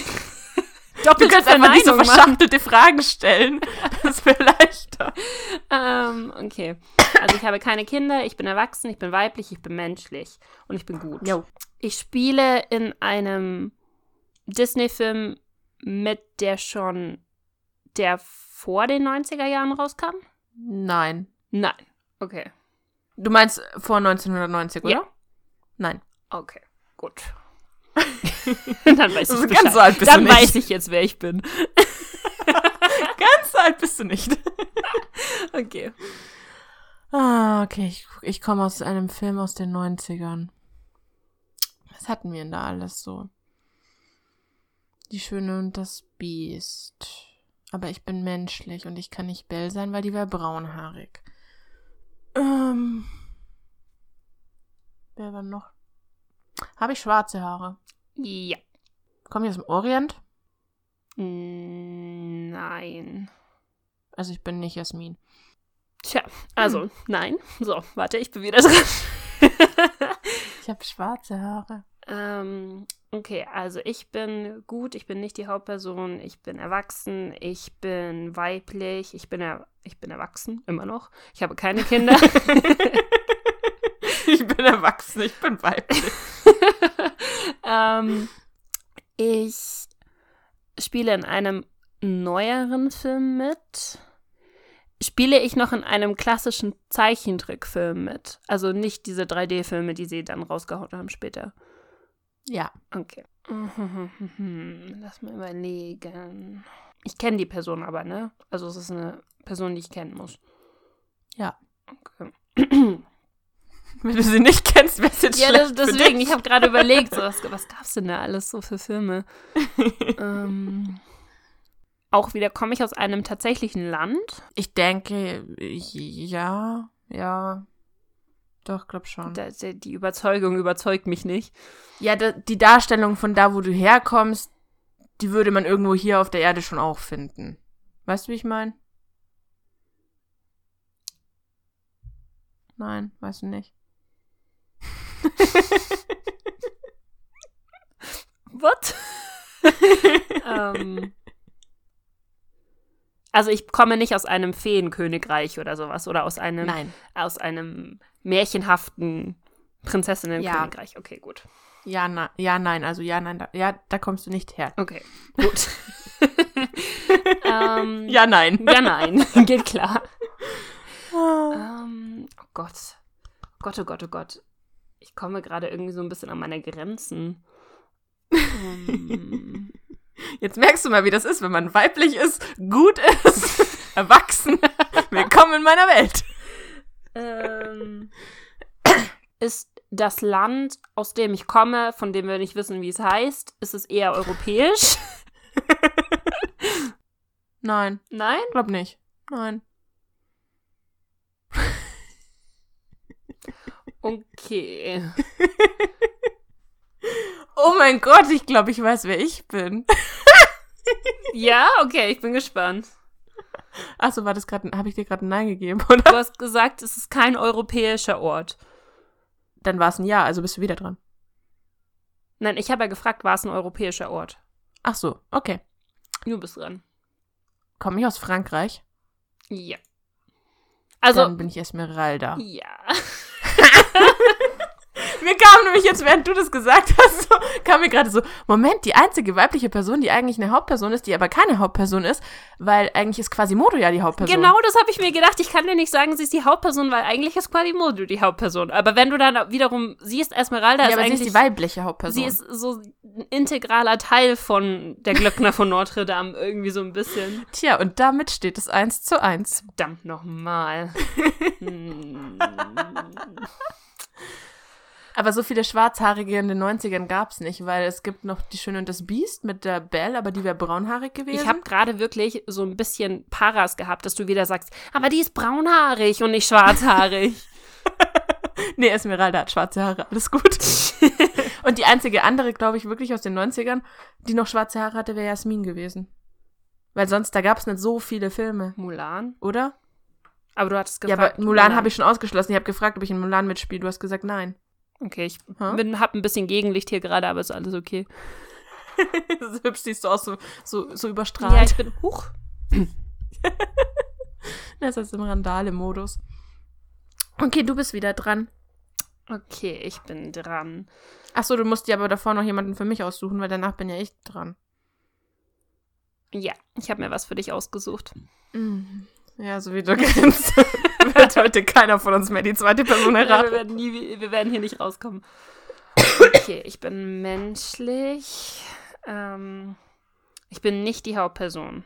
[SPEAKER 1] Du kannst einfach diese
[SPEAKER 2] Verneinung machen.
[SPEAKER 1] verschachtelte Fragen stellen. Das wäre leichter.
[SPEAKER 2] Ähm, okay. Also ich habe keine Kinder, ich bin erwachsen, ich bin weiblich, ich bin menschlich und ich bin gut.
[SPEAKER 1] Jo.
[SPEAKER 2] Ich spiele in einem Disney-Film mit, der schon, der vor den 90er Jahren rauskam?
[SPEAKER 1] Nein.
[SPEAKER 2] Nein. Okay.
[SPEAKER 1] Du meinst vor 1990, oder?
[SPEAKER 2] Ja.
[SPEAKER 1] Nein.
[SPEAKER 2] Okay. Gut. Dann weiß ich
[SPEAKER 1] Also
[SPEAKER 2] Bescheid.
[SPEAKER 1] ganz so alt bist du
[SPEAKER 2] Dann
[SPEAKER 1] nicht.
[SPEAKER 2] weiß ich jetzt, wer ich bin.
[SPEAKER 1] Ganz alt bist du nicht.
[SPEAKER 2] Okay.
[SPEAKER 1] Ah, okay. Ich, ich komme aus einem Film aus den 90ern. Was hatten wir denn da alles so? Die Schöne und das Biest. Aber ich bin menschlich und ich kann nicht Bell sein, weil die wäre braunhaarig. Ähm. Wer war noch? Habe ich schwarze Haare?
[SPEAKER 2] Ja.
[SPEAKER 1] Komme ich aus dem Orient?
[SPEAKER 2] Nein.
[SPEAKER 1] Also ich bin nicht Jasmin.
[SPEAKER 2] Tja, also, nein. So, warte, ich bin wieder dran.
[SPEAKER 1] Ich habe schwarze Haare.
[SPEAKER 2] Ähm, okay, also ich bin gut, ich bin nicht die Hauptperson, ich bin erwachsen, ich bin weiblich, ich bin, er ich bin erwachsen, immer noch. Ich habe keine
[SPEAKER 1] Ne?
[SPEAKER 2] Kinder.
[SPEAKER 1] ich bin erwachsen, ich bin weiblich.
[SPEAKER 2] ähm, ich spiele in einem neueren Film mit. Spiele ich noch in einem klassischen Zeichentrickfilm mit? Also nicht diese 3D-Filme, die sie dann rausgehauen haben später.
[SPEAKER 1] Ja.
[SPEAKER 2] Okay. Lass mal überlegen. Ich kenne die Person aber, ne? Also es ist eine Person, die ich kennen muss.
[SPEAKER 1] Ja.
[SPEAKER 2] Okay.
[SPEAKER 1] Wenn du sie nicht kennst, wäre es jetzt
[SPEAKER 2] ja, das,
[SPEAKER 1] schlecht
[SPEAKER 2] deswegen,
[SPEAKER 1] für dich.
[SPEAKER 2] ich habe gerade überlegt, so, was, was gab es denn da alles so für Filme? ähm, auch wieder komme ich aus einem tatsächlichen Land.
[SPEAKER 1] Ich denke, ja, ja. Doch, glaub schon.
[SPEAKER 2] Da, da, die Überzeugung überzeugt mich nicht.
[SPEAKER 1] ja, da, die Darstellung von da, wo du herkommst, die würde man irgendwo hier auf der Erde schon auch finden. Weißt du, wie ich meine? Nein, weißt du nicht.
[SPEAKER 2] What? ähm, also ich komme nicht aus einem Feenkönigreich oder sowas oder aus einem
[SPEAKER 1] Nein.
[SPEAKER 2] aus einem märchenhaften Prinzessinnenkönigreich. Okay, gut.
[SPEAKER 1] Ja, na, ja, nein, also ja, nein, da, ja, da kommst du nicht her.
[SPEAKER 2] Okay, gut. ähm, ja.
[SPEAKER 1] Ja, nein.
[SPEAKER 2] nein, geht klar. Ähm, oh Gott. Gott, oh Gott, oh Gott. Ich komme gerade irgendwie so ein bisschen an meine Grenzen. Ähm,
[SPEAKER 1] Jetzt merkst du mal, wie das ist, wenn man weiblich ist, gut ist, erwachsen. Willkommen in meiner Welt.
[SPEAKER 2] ähm, ist das Land, aus dem ich komme, von dem wir nicht wissen, wie es heißt, ist es eher europäisch?
[SPEAKER 1] Nein,
[SPEAKER 2] Nein?
[SPEAKER 1] glaub nicht. Nein.
[SPEAKER 2] Okay.
[SPEAKER 1] Oh mein Gott, ich glaube, ich weiß, wer ich bin.
[SPEAKER 2] Ja, okay, ich bin gespannt.
[SPEAKER 1] Achso, war das gerade, habe ich dir gerade ein Nein gegeben, oder?
[SPEAKER 2] Du hast gesagt, es ist kein europäischer Ort.
[SPEAKER 1] Dann war es ein Ja, also bist du wieder dran.
[SPEAKER 2] Nein, ich habe ja gefragt, war es ein europäischer Ort?
[SPEAKER 1] Ach so, okay.
[SPEAKER 2] Du bist dran.
[SPEAKER 1] Komme ich aus Frankreich?
[SPEAKER 2] Ja. Also,
[SPEAKER 1] Dann bin ich
[SPEAKER 2] ah,
[SPEAKER 1] Esmeralda.
[SPEAKER 2] ja.
[SPEAKER 1] Mir kam nämlich jetzt, während du das gesagt hast, so, kam mir gerade so, Moment, die einzige weibliche Person, die eigentlich eine Hauptperson ist, die aber keine Hauptperson ist, weil eigentlich ist Quasimodo ja die Hauptperson.
[SPEAKER 2] Genau das habe ich mir gedacht. Ich kann dir nicht sagen, sie ist die Hauptperson, weil eigentlich ist Quasimodo die Hauptperson. Aber wenn du dann wiederum siehst, Esmeralda
[SPEAKER 1] Ja,
[SPEAKER 2] ist
[SPEAKER 1] aber sie
[SPEAKER 2] also eigentlich
[SPEAKER 1] ist die weibliche Hauptperson.
[SPEAKER 2] Sie ist so ein integraler Teil von der Glöckner von Notre Dame, irgendwie so ein bisschen.
[SPEAKER 1] Tja, und damit steht es eins zu eins.
[SPEAKER 2] Verdammt nochmal. Hm.
[SPEAKER 1] Aber so viele Schwarzhaarige in den 90ern gab's nicht, weil es gibt noch die Schöne und das Biest mit der Belle, aber die wäre braunhaarig gewesen.
[SPEAKER 2] Ich habe gerade wirklich so ein bisschen Paras gehabt, dass du wieder sagst, aber die ist braunhaarig und nicht schwarzhaarig.
[SPEAKER 1] Nee, Esmeralda hat schwarze Haare, alles gut. Und die einzige andere, glaube ich, wirklich aus den 90ern, die noch schwarze Haare hatte, wäre Jasmin gewesen. Weil sonst, da gab es nicht so viele Filme,
[SPEAKER 2] Mulan?
[SPEAKER 1] oder?
[SPEAKER 2] Aber du hattest
[SPEAKER 1] ja,
[SPEAKER 2] gefragt.
[SPEAKER 1] aber Mulan habe ich schon ausgeschlossen. Ich habe gefragt, ob ich in Mulan mitspiele. Du hast gesagt, nein.
[SPEAKER 2] Okay, ich
[SPEAKER 1] Hä?
[SPEAKER 2] bin, hab ein bisschen Gegenlicht hier gerade, aber ist alles okay.
[SPEAKER 1] so hübsch siehst du aus, so, so, so überstrahlt.
[SPEAKER 2] Ja, ich bin hoch.
[SPEAKER 1] das ist im Randale-Modus. Okay, du bist wieder dran.
[SPEAKER 2] Okay, ich bin dran.
[SPEAKER 1] Achso, du musst dir aber davor noch jemanden für mich aussuchen, weil danach bin ja ich dran.
[SPEAKER 2] Ja, ich habe mir was für dich ausgesucht.
[SPEAKER 1] Mhm. Ja, so wie du kennst, wird heute keiner von uns mehr die zweite Person
[SPEAKER 2] Ja, wir,
[SPEAKER 1] erraten.
[SPEAKER 2] werden nie, wir werden hier nicht rauskommen. Okay, ich bin menschlich. Ähm, ich bin nicht die Hauptperson.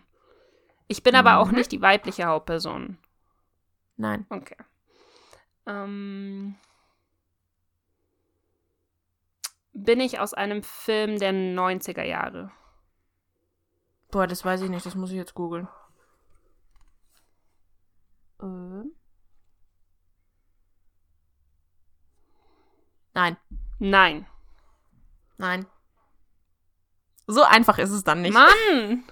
[SPEAKER 2] Ich bin aber auch
[SPEAKER 1] Mhm.
[SPEAKER 2] nicht die weibliche Hauptperson.
[SPEAKER 1] Nein.
[SPEAKER 2] Okay. Ähm, bin ich aus einem Film der 90er Jahre?
[SPEAKER 1] Boah, das weiß ich nicht, das muss ich jetzt googeln. Ähm. Nein,
[SPEAKER 2] Nein.
[SPEAKER 1] nein. So einfach ist es dann nicht.
[SPEAKER 2] Mann!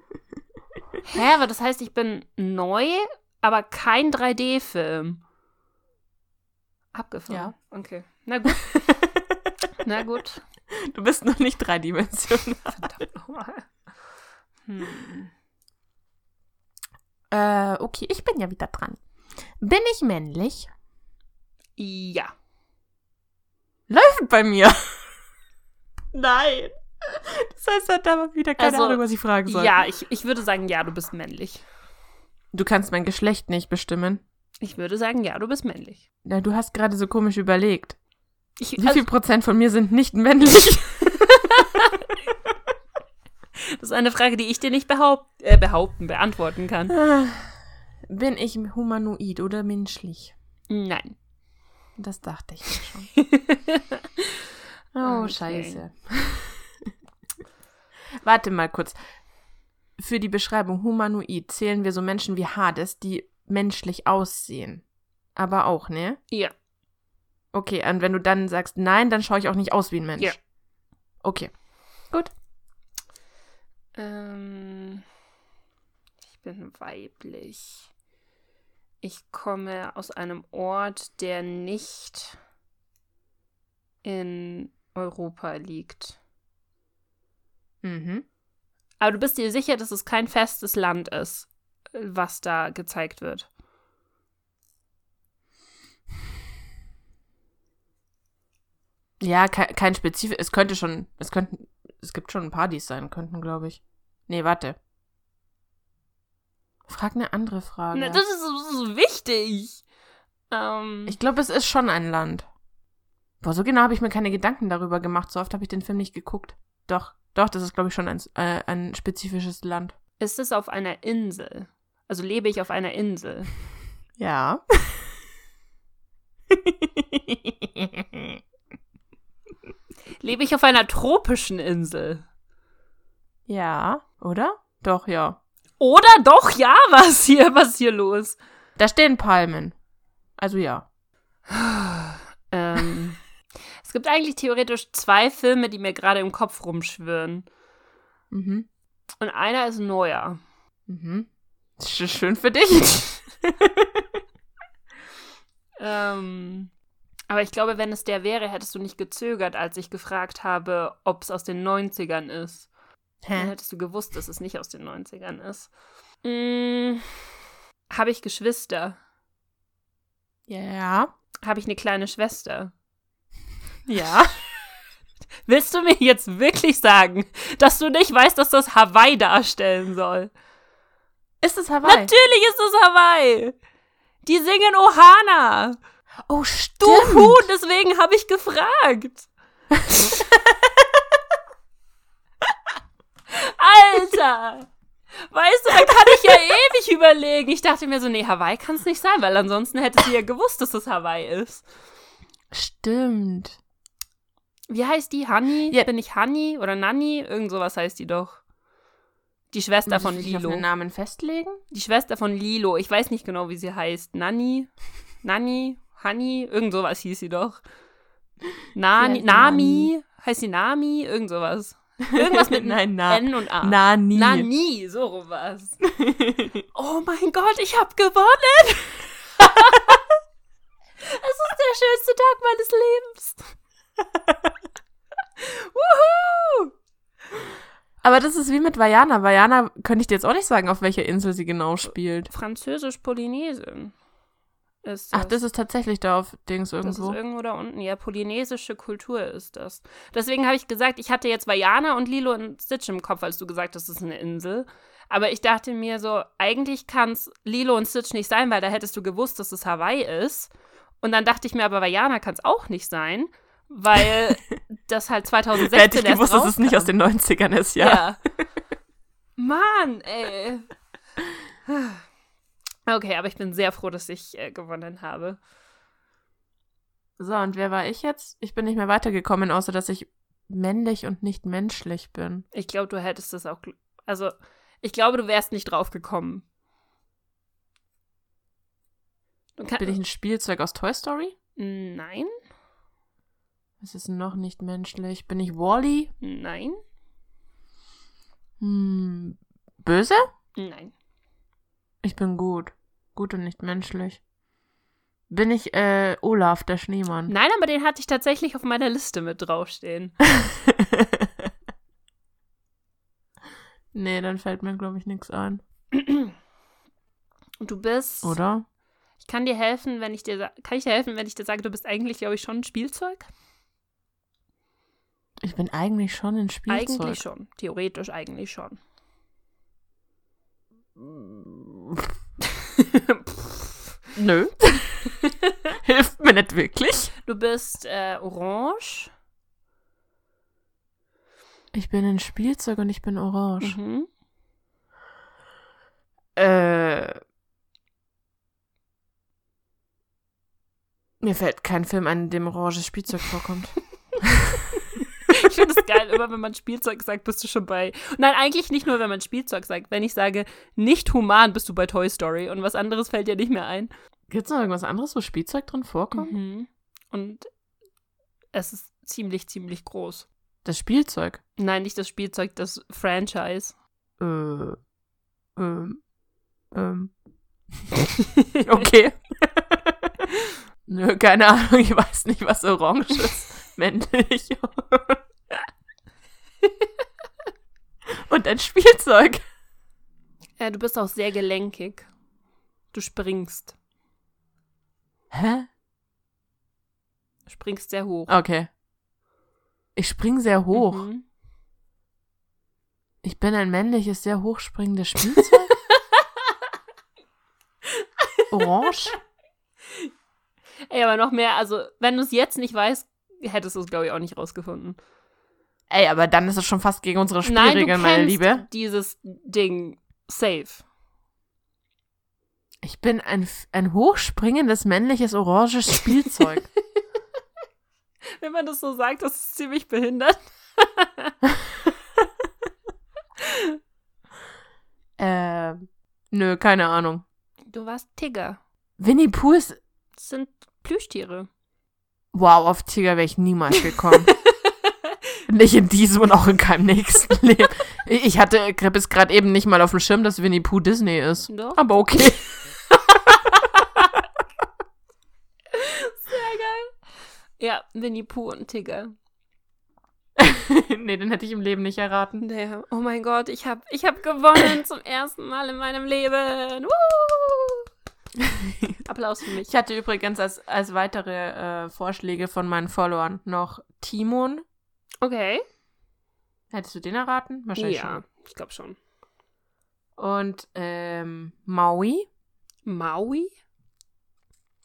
[SPEAKER 2] Hä, aber das heißt, ich bin neu, aber kein 3D-Film. Abgefahren. Ja. Okay. Na gut. Na gut.
[SPEAKER 1] Du bist noch nicht dreidimensional.
[SPEAKER 2] Verdammt nochmal. Hm.
[SPEAKER 1] äh, okay, ich bin ja wieder dran. Bin ich männlich?
[SPEAKER 2] Ja.
[SPEAKER 1] Läuft bei mir. Nein. Das heißt, da war wieder keine
[SPEAKER 2] Also,
[SPEAKER 1] Ahnung, was ich fragen soll.
[SPEAKER 2] Ja, ich, ich würde sagen, ja, du bist männlich.
[SPEAKER 1] Du kannst mein Geschlecht nicht bestimmen.
[SPEAKER 2] Ich würde sagen, ja, du bist männlich.
[SPEAKER 1] Ja, du hast gerade so komisch überlegt.
[SPEAKER 2] Ich,
[SPEAKER 1] Wie
[SPEAKER 2] also,
[SPEAKER 1] viel Prozent von mir sind nicht männlich?
[SPEAKER 2] das ist eine Frage, die ich dir nicht behaupt, äh, behaupten, beantworten kann.
[SPEAKER 1] Äh, Bin ich humanoid oder menschlich?
[SPEAKER 2] Nein.
[SPEAKER 1] Das dachte ich mir schon.
[SPEAKER 2] Oh,
[SPEAKER 1] Oh,
[SPEAKER 2] Okay. scheiße.
[SPEAKER 1] scheiße. Warte mal kurz. Für die Beschreibung humanoid zählen wir so Menschen wie Hades, die menschlich aussehen. Aber auch, ne?
[SPEAKER 2] Ja.
[SPEAKER 1] Okay, und wenn du dann sagst nein, dann schaue ich auch nicht aus wie ein Mensch.
[SPEAKER 2] Ja.
[SPEAKER 1] Okay.
[SPEAKER 2] Ähm, ich bin weiblich. Ich komme aus einem Ort, der nicht in Europa liegt.
[SPEAKER 1] Mhm.
[SPEAKER 2] Aber du bist dir sicher, dass es kein festes Land ist, was da gezeigt wird.
[SPEAKER 1] Ja, ke kein Spezif. Es könnte schon, es könnten, es gibt schon ein paar, die es sein könnten, glaube ich. Nee, warte. Frag eine andere Frage.
[SPEAKER 2] Na, das, ist, das ist wichtig. Ähm,
[SPEAKER 1] ich glaube, es ist schon ein Land. Boah, so genau habe ich mir keine Gedanken darüber gemacht. So oft habe ich den Film nicht geguckt. Doch, doch, das ist, glaube ich, schon ein, äh, ein spezifisches Land.
[SPEAKER 2] ist es auf einer Insel? Also lebe ich auf einer Insel?
[SPEAKER 1] Ja.
[SPEAKER 2] Lebe ich auf einer tropischen Insel?
[SPEAKER 1] ja, oder? Doch, ja.
[SPEAKER 2] Oder doch, ja, was hier, was hier los?
[SPEAKER 1] Da stehen Palmen. Also ja.
[SPEAKER 2] Ähm, Es gibt eigentlich theoretisch zwei Filme, die mir gerade im Kopf rumschwirren.
[SPEAKER 1] Mhm.
[SPEAKER 2] Und einer ist neuer.
[SPEAKER 1] Mhm. Sch schön für dich.
[SPEAKER 2] Ähm, aber ich glaube, wenn es der wäre, hättest du nicht gezögert, als ich gefragt habe, ob es aus den 90ern ist. Dann
[SPEAKER 1] Hä?
[SPEAKER 2] hättest du gewusst, dass es nicht aus den 90ern ist. Mm, habe ich Geschwister?
[SPEAKER 1] Ja.
[SPEAKER 2] Habe ich eine kleine Schwester?
[SPEAKER 1] Ja.
[SPEAKER 2] Willst du mir jetzt wirklich sagen, dass du nicht weißt, dass das Hawaii darstellen soll?
[SPEAKER 1] Ist es Hawaii?
[SPEAKER 2] Natürlich ist es Hawaii! Die singen Ohana!
[SPEAKER 1] Oh,
[SPEAKER 2] Du
[SPEAKER 1] stimmt.
[SPEAKER 2] Huhn, deswegen habe ich gefragt. Alter! Weißt du, da kann ich ja ewig überlegen. Ich dachte mir so, nee, Hawaii kann es nicht sein, weil ansonsten hätte sie ja gewusst, dass es Hawaii ist.
[SPEAKER 1] Stimmt.
[SPEAKER 2] Wie heißt die? Honey?
[SPEAKER 1] Ja.
[SPEAKER 2] Bin ich Honey oder Nanny? Irgend sowas heißt die doch. Die Schwester von
[SPEAKER 1] Muss ich mich auf
[SPEAKER 2] Lilo.
[SPEAKER 1] den Namen festlegen?
[SPEAKER 2] Die Schwester von Lilo. Ich weiß nicht genau, wie sie heißt. Nanni? Nanni? Hani? Irgend sowas hieß sie doch. Nani?
[SPEAKER 1] Vielleicht
[SPEAKER 2] Nami? Heißt sie Nami? Irgend sowas. Irgendwas mit
[SPEAKER 1] Nein, na.
[SPEAKER 2] N und A.
[SPEAKER 1] Nani.
[SPEAKER 2] Nani, so rum was. oh mein Gott, ich hab gewonnen! es ist der schönste Tag meines Lebens. Wuhu!
[SPEAKER 1] Aber das ist wie mit Vajana. Vajana könnte ich dir jetzt auch nicht sagen, auf welcher Insel sie genau spielt.
[SPEAKER 2] Französisch-Polynesien. Ist
[SPEAKER 1] Ach, das ist tatsächlich da auf Dings
[SPEAKER 2] Das ist
[SPEAKER 1] irgendwo.
[SPEAKER 2] irgendwo da unten. Ja, polynesische Kultur ist das. Deswegen habe ich gesagt, ich hatte jetzt Vajana und Lilo und Stitch im Kopf, als du gesagt hast, das ist eine Insel. Aber ich dachte mir so, eigentlich kann es Lilo und Stitch nicht sein, weil da hättest du gewusst, dass es Hawaii ist. Und dann dachte ich mir, aber Vajana kann es auch nicht sein, weil das halt 2016
[SPEAKER 1] Hätte ich
[SPEAKER 2] erst
[SPEAKER 1] gewusst, dass es nicht
[SPEAKER 2] rauskam.
[SPEAKER 1] aus den 90ern ist, ja.
[SPEAKER 2] Ja. Mann, ey. Okay, aber ich bin sehr froh, dass ich äh, gewonnen habe.
[SPEAKER 1] So, und wer war ich jetzt? Ich bin nicht mehr weitergekommen, außer dass ich männlich und nicht menschlich bin.
[SPEAKER 2] Ich glaube, du hättest das auch. gl- Also, ich glaube, du wärst nicht drauf gekommen. Du kann,
[SPEAKER 1] Bin ich ein Spielzeug aus Toy Story?
[SPEAKER 2] Nein,
[SPEAKER 1] Was ist denn noch nicht menschlich? Bin ich Wally?
[SPEAKER 2] nein,
[SPEAKER 1] Hm, böse?
[SPEAKER 2] nein.
[SPEAKER 1] Ich bin gut. Gut und nicht menschlich. Bin ich äh, Olaf, der Schneemann?
[SPEAKER 2] Nein, aber den hatte ich tatsächlich auf meiner Liste mit draufstehen.
[SPEAKER 1] nee, dann fällt mir, glaube ich, nichts ein.
[SPEAKER 2] Und du bist.
[SPEAKER 1] Oder?
[SPEAKER 2] Ich kann dir helfen, wenn ich dir sa- kann ich dir helfen, wenn ich dir sage, du bist eigentlich, glaube ich, schon ein Spielzeug?
[SPEAKER 1] Ich bin eigentlich schon ein Spielzeug.
[SPEAKER 2] Eigentlich schon. Theoretisch eigentlich schon.
[SPEAKER 1] Nö. Hilft mir nicht wirklich.
[SPEAKER 2] Du bist äh, orange.
[SPEAKER 1] Ich bin ein Spielzeug und ich bin orange.
[SPEAKER 2] Mhm.
[SPEAKER 1] Äh. Mir fällt kein Film ein, in dem oranges Spielzeug vorkommt.
[SPEAKER 2] Ich finde es geil, immer wenn man Spielzeug sagt, bist du schon bei. Nein, eigentlich nicht nur, wenn man Spielzeug sagt. Wenn ich sage, nicht human, bist du bei Toy Story und was anderes fällt dir nicht mehr ein.
[SPEAKER 1] Gibt's noch irgendwas anderes, wo Spielzeug drin vorkommt?
[SPEAKER 2] Mhm. Und es ist ziemlich, ziemlich groß.
[SPEAKER 1] Das Spielzeug.
[SPEAKER 2] Nein, nicht das Spielzeug, das Franchise.
[SPEAKER 1] Äh. Ähm. Ähm. Okay. Nö, keine Ahnung, ich weiß nicht, was orange ist. Männlich. Und ein Spielzeug.
[SPEAKER 2] Äh, du bist auch sehr gelenkig. Du springst.
[SPEAKER 1] Hä?
[SPEAKER 2] Springst sehr hoch.
[SPEAKER 1] Okay. Ich spring sehr hoch.
[SPEAKER 2] Mhm.
[SPEAKER 1] Ich bin ein männliches, sehr hochspringendes Spielzeug. Orange?
[SPEAKER 2] Ey, aber noch mehr, also, wenn du es jetzt nicht weißt, hättest du es, glaube ich, auch nicht rausgefunden.
[SPEAKER 1] Ey, aber dann ist es schon fast gegen unsere Spielregeln,
[SPEAKER 2] Nein, du
[SPEAKER 1] meine
[SPEAKER 2] kennst
[SPEAKER 1] Liebe.
[SPEAKER 2] dieses Ding safe.
[SPEAKER 1] Ich bin ein, f- ein hochspringendes, männliches, oranges Spielzeug.
[SPEAKER 2] Wenn man das so sagt, das ist ziemlich behindert.
[SPEAKER 1] ähm, nö, keine Ahnung.
[SPEAKER 2] Du warst Tiger.
[SPEAKER 1] Winnie Pooh ist
[SPEAKER 2] Das sind Plüschtiere.
[SPEAKER 1] Wow, auf Tiger wäre ich niemals gekommen. nicht in diesem und auch in keinem nächsten Leben. Ich hatte bis gerade eben nicht mal auf dem Schirm, dass Winnie Pooh Disney ist.
[SPEAKER 2] Doch.
[SPEAKER 1] Aber okay.
[SPEAKER 2] Ja, Winnie Pooh und Tigger.
[SPEAKER 1] nee, den hätte ich im Leben nicht erraten.
[SPEAKER 2] Naja, oh mein Gott, ich hab, ich hab gewonnen zum ersten Mal in meinem Leben. Woo! Applaus für mich.
[SPEAKER 1] Ich hatte übrigens als, als weitere äh, Vorschläge von meinen Followern noch Timon.
[SPEAKER 2] Okay.
[SPEAKER 1] Hättest du den erraten?
[SPEAKER 2] Ja, ich glaube schon.
[SPEAKER 1] Und ähm, Maui.
[SPEAKER 2] Maui?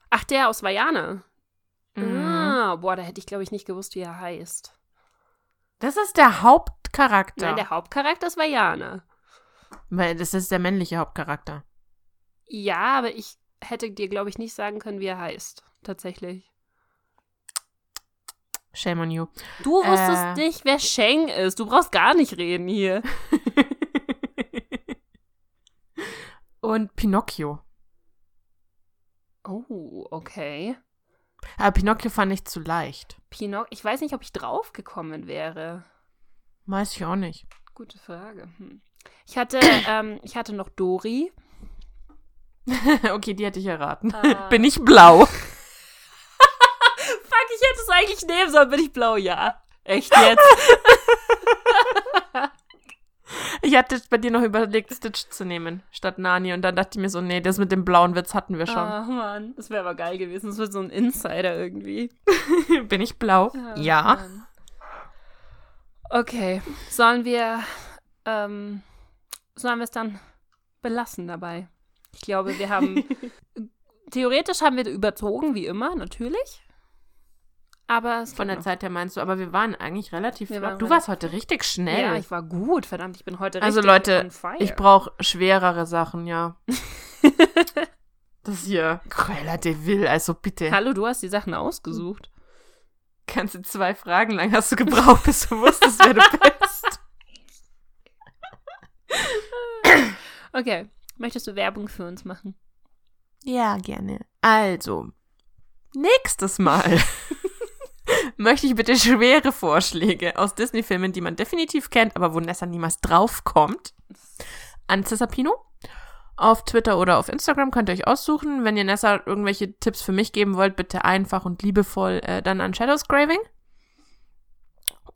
[SPEAKER 2] Ach, der aus Vajane. Ah, boah, da hätte ich, glaube ich, nicht gewusst, wie er heißt.
[SPEAKER 1] Das ist der Hauptcharakter.
[SPEAKER 2] Nein, der Hauptcharakter ist Vajane.
[SPEAKER 1] Weil das ist der männliche Hauptcharakter.
[SPEAKER 2] Ja, aber ich hätte dir, glaube ich, nicht sagen können, wie er heißt. Tatsächlich.
[SPEAKER 1] Shame on you.
[SPEAKER 2] Du wusstest
[SPEAKER 1] Äh.
[SPEAKER 2] nicht, wer Sheng ist. Du brauchst gar nicht reden hier.
[SPEAKER 1] Und Pinocchio.
[SPEAKER 2] Oh, okay.
[SPEAKER 1] Aber Ah, Pinocchio fand ich zu leicht.
[SPEAKER 2] Pinoc, ich weiß nicht, ob ich draufgekommen wäre.
[SPEAKER 1] Weiß ich auch nicht.
[SPEAKER 2] Gute Frage. Hm. Ich hatte, ähm, ich hatte noch Dori.
[SPEAKER 1] okay, die hätte ich erraten.
[SPEAKER 2] Ah.
[SPEAKER 1] Bin ich blau?
[SPEAKER 2] Fuck, ich hätte es eigentlich nehmen sollen, bin ich blau, ja. Echt jetzt?
[SPEAKER 1] Ich hatte bei dir noch überlegt, Stitch zu nehmen, statt Nani. Und dann dachte ich mir so, nee, das mit dem blauen Witz hatten wir schon.
[SPEAKER 2] Ah, Mann. Das wäre aber geil gewesen. Das wird so ein Insider irgendwie.
[SPEAKER 1] Bin ich blau? ja.
[SPEAKER 2] Ah, Mann. Okay. Sollen wir, ähm, sollen wir es dann belassen dabei? Ich glaube, wir haben, theoretisch haben wir überzogen, wie immer, natürlich. Aber es
[SPEAKER 1] Von der Zeit her meinst du, aber wir waren eigentlich relativ.
[SPEAKER 2] Wir
[SPEAKER 1] flott.
[SPEAKER 2] waren
[SPEAKER 1] du warst heute richtig schnell.
[SPEAKER 2] Ja, ich war gut. Verdammt, ich bin heute
[SPEAKER 1] Also,
[SPEAKER 2] richtig
[SPEAKER 1] Leute,
[SPEAKER 2] on fire.
[SPEAKER 1] Ich brauche schwerere Sachen, ja. das hier, Cruella de Vil, also bitte.
[SPEAKER 2] Hallo, du hast die Sachen ausgesucht.
[SPEAKER 1] Ganze zwei Fragen lang hast du gebraucht, bis du wusstest, wer du bist. Mhm.
[SPEAKER 2] Okay. Möchtest du Werbung für uns machen?
[SPEAKER 1] Ja, gerne. Also, nächstes Mal möchte ich bitte schwere Vorschläge aus Disney-Filmen, die man definitiv kennt, aber wo Nessa niemals draufkommt, an Cesapino. Auf Twitter oder auf Instagram könnt ihr euch aussuchen. Wenn ihr Nessa irgendwelche Tipps für mich geben wollt, bitte einfach und liebevoll äh, dann an Shadows Graving.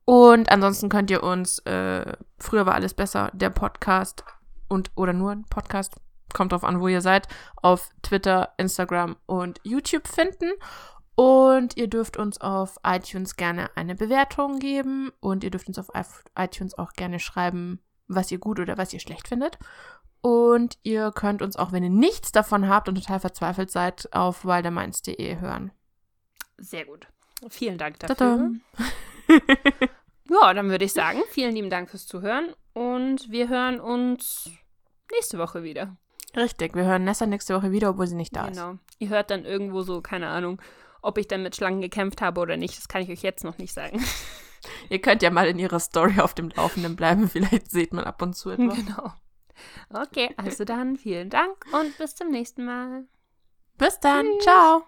[SPEAKER 1] Und ansonsten könnt ihr uns, äh, früher war alles besser, der Podcast und oder nur ein Podcast, kommt drauf an, wo ihr seid, auf Twitter, Instagram und YouTube finden. Und ihr dürft uns auf iTunes gerne eine Bewertung geben und ihr dürft uns auf iTunes auch gerne schreiben, was ihr gut oder was ihr schlecht findet. Und ihr könnt uns auch, wenn ihr nichts davon habt und total verzweifelt seid, auf wilderminds.de hören.
[SPEAKER 2] Sehr gut. Vielen Dank dafür.
[SPEAKER 1] Tada.
[SPEAKER 2] Ja, dann würde ich sagen, vielen lieben Dank fürs Zuhören und wir hören uns nächste Woche wieder.
[SPEAKER 1] Richtig, wir hören Nessa nächste Woche wieder, obwohl sie nicht da ist.
[SPEAKER 2] Genau. Ihr hört dann irgendwo so, keine Ahnung, ob ich dann mit Schlangen gekämpft habe oder nicht. Das kann ich euch jetzt noch nicht sagen.
[SPEAKER 1] Ihr könnt ja mal in ihrer Story auf dem Laufenden bleiben, vielleicht seht man ab und zu etwas.
[SPEAKER 2] genau. Okay, also dann vielen Dank und bis zum nächsten Mal.
[SPEAKER 1] Bis dann,
[SPEAKER 2] Tschüss.
[SPEAKER 1] ciao!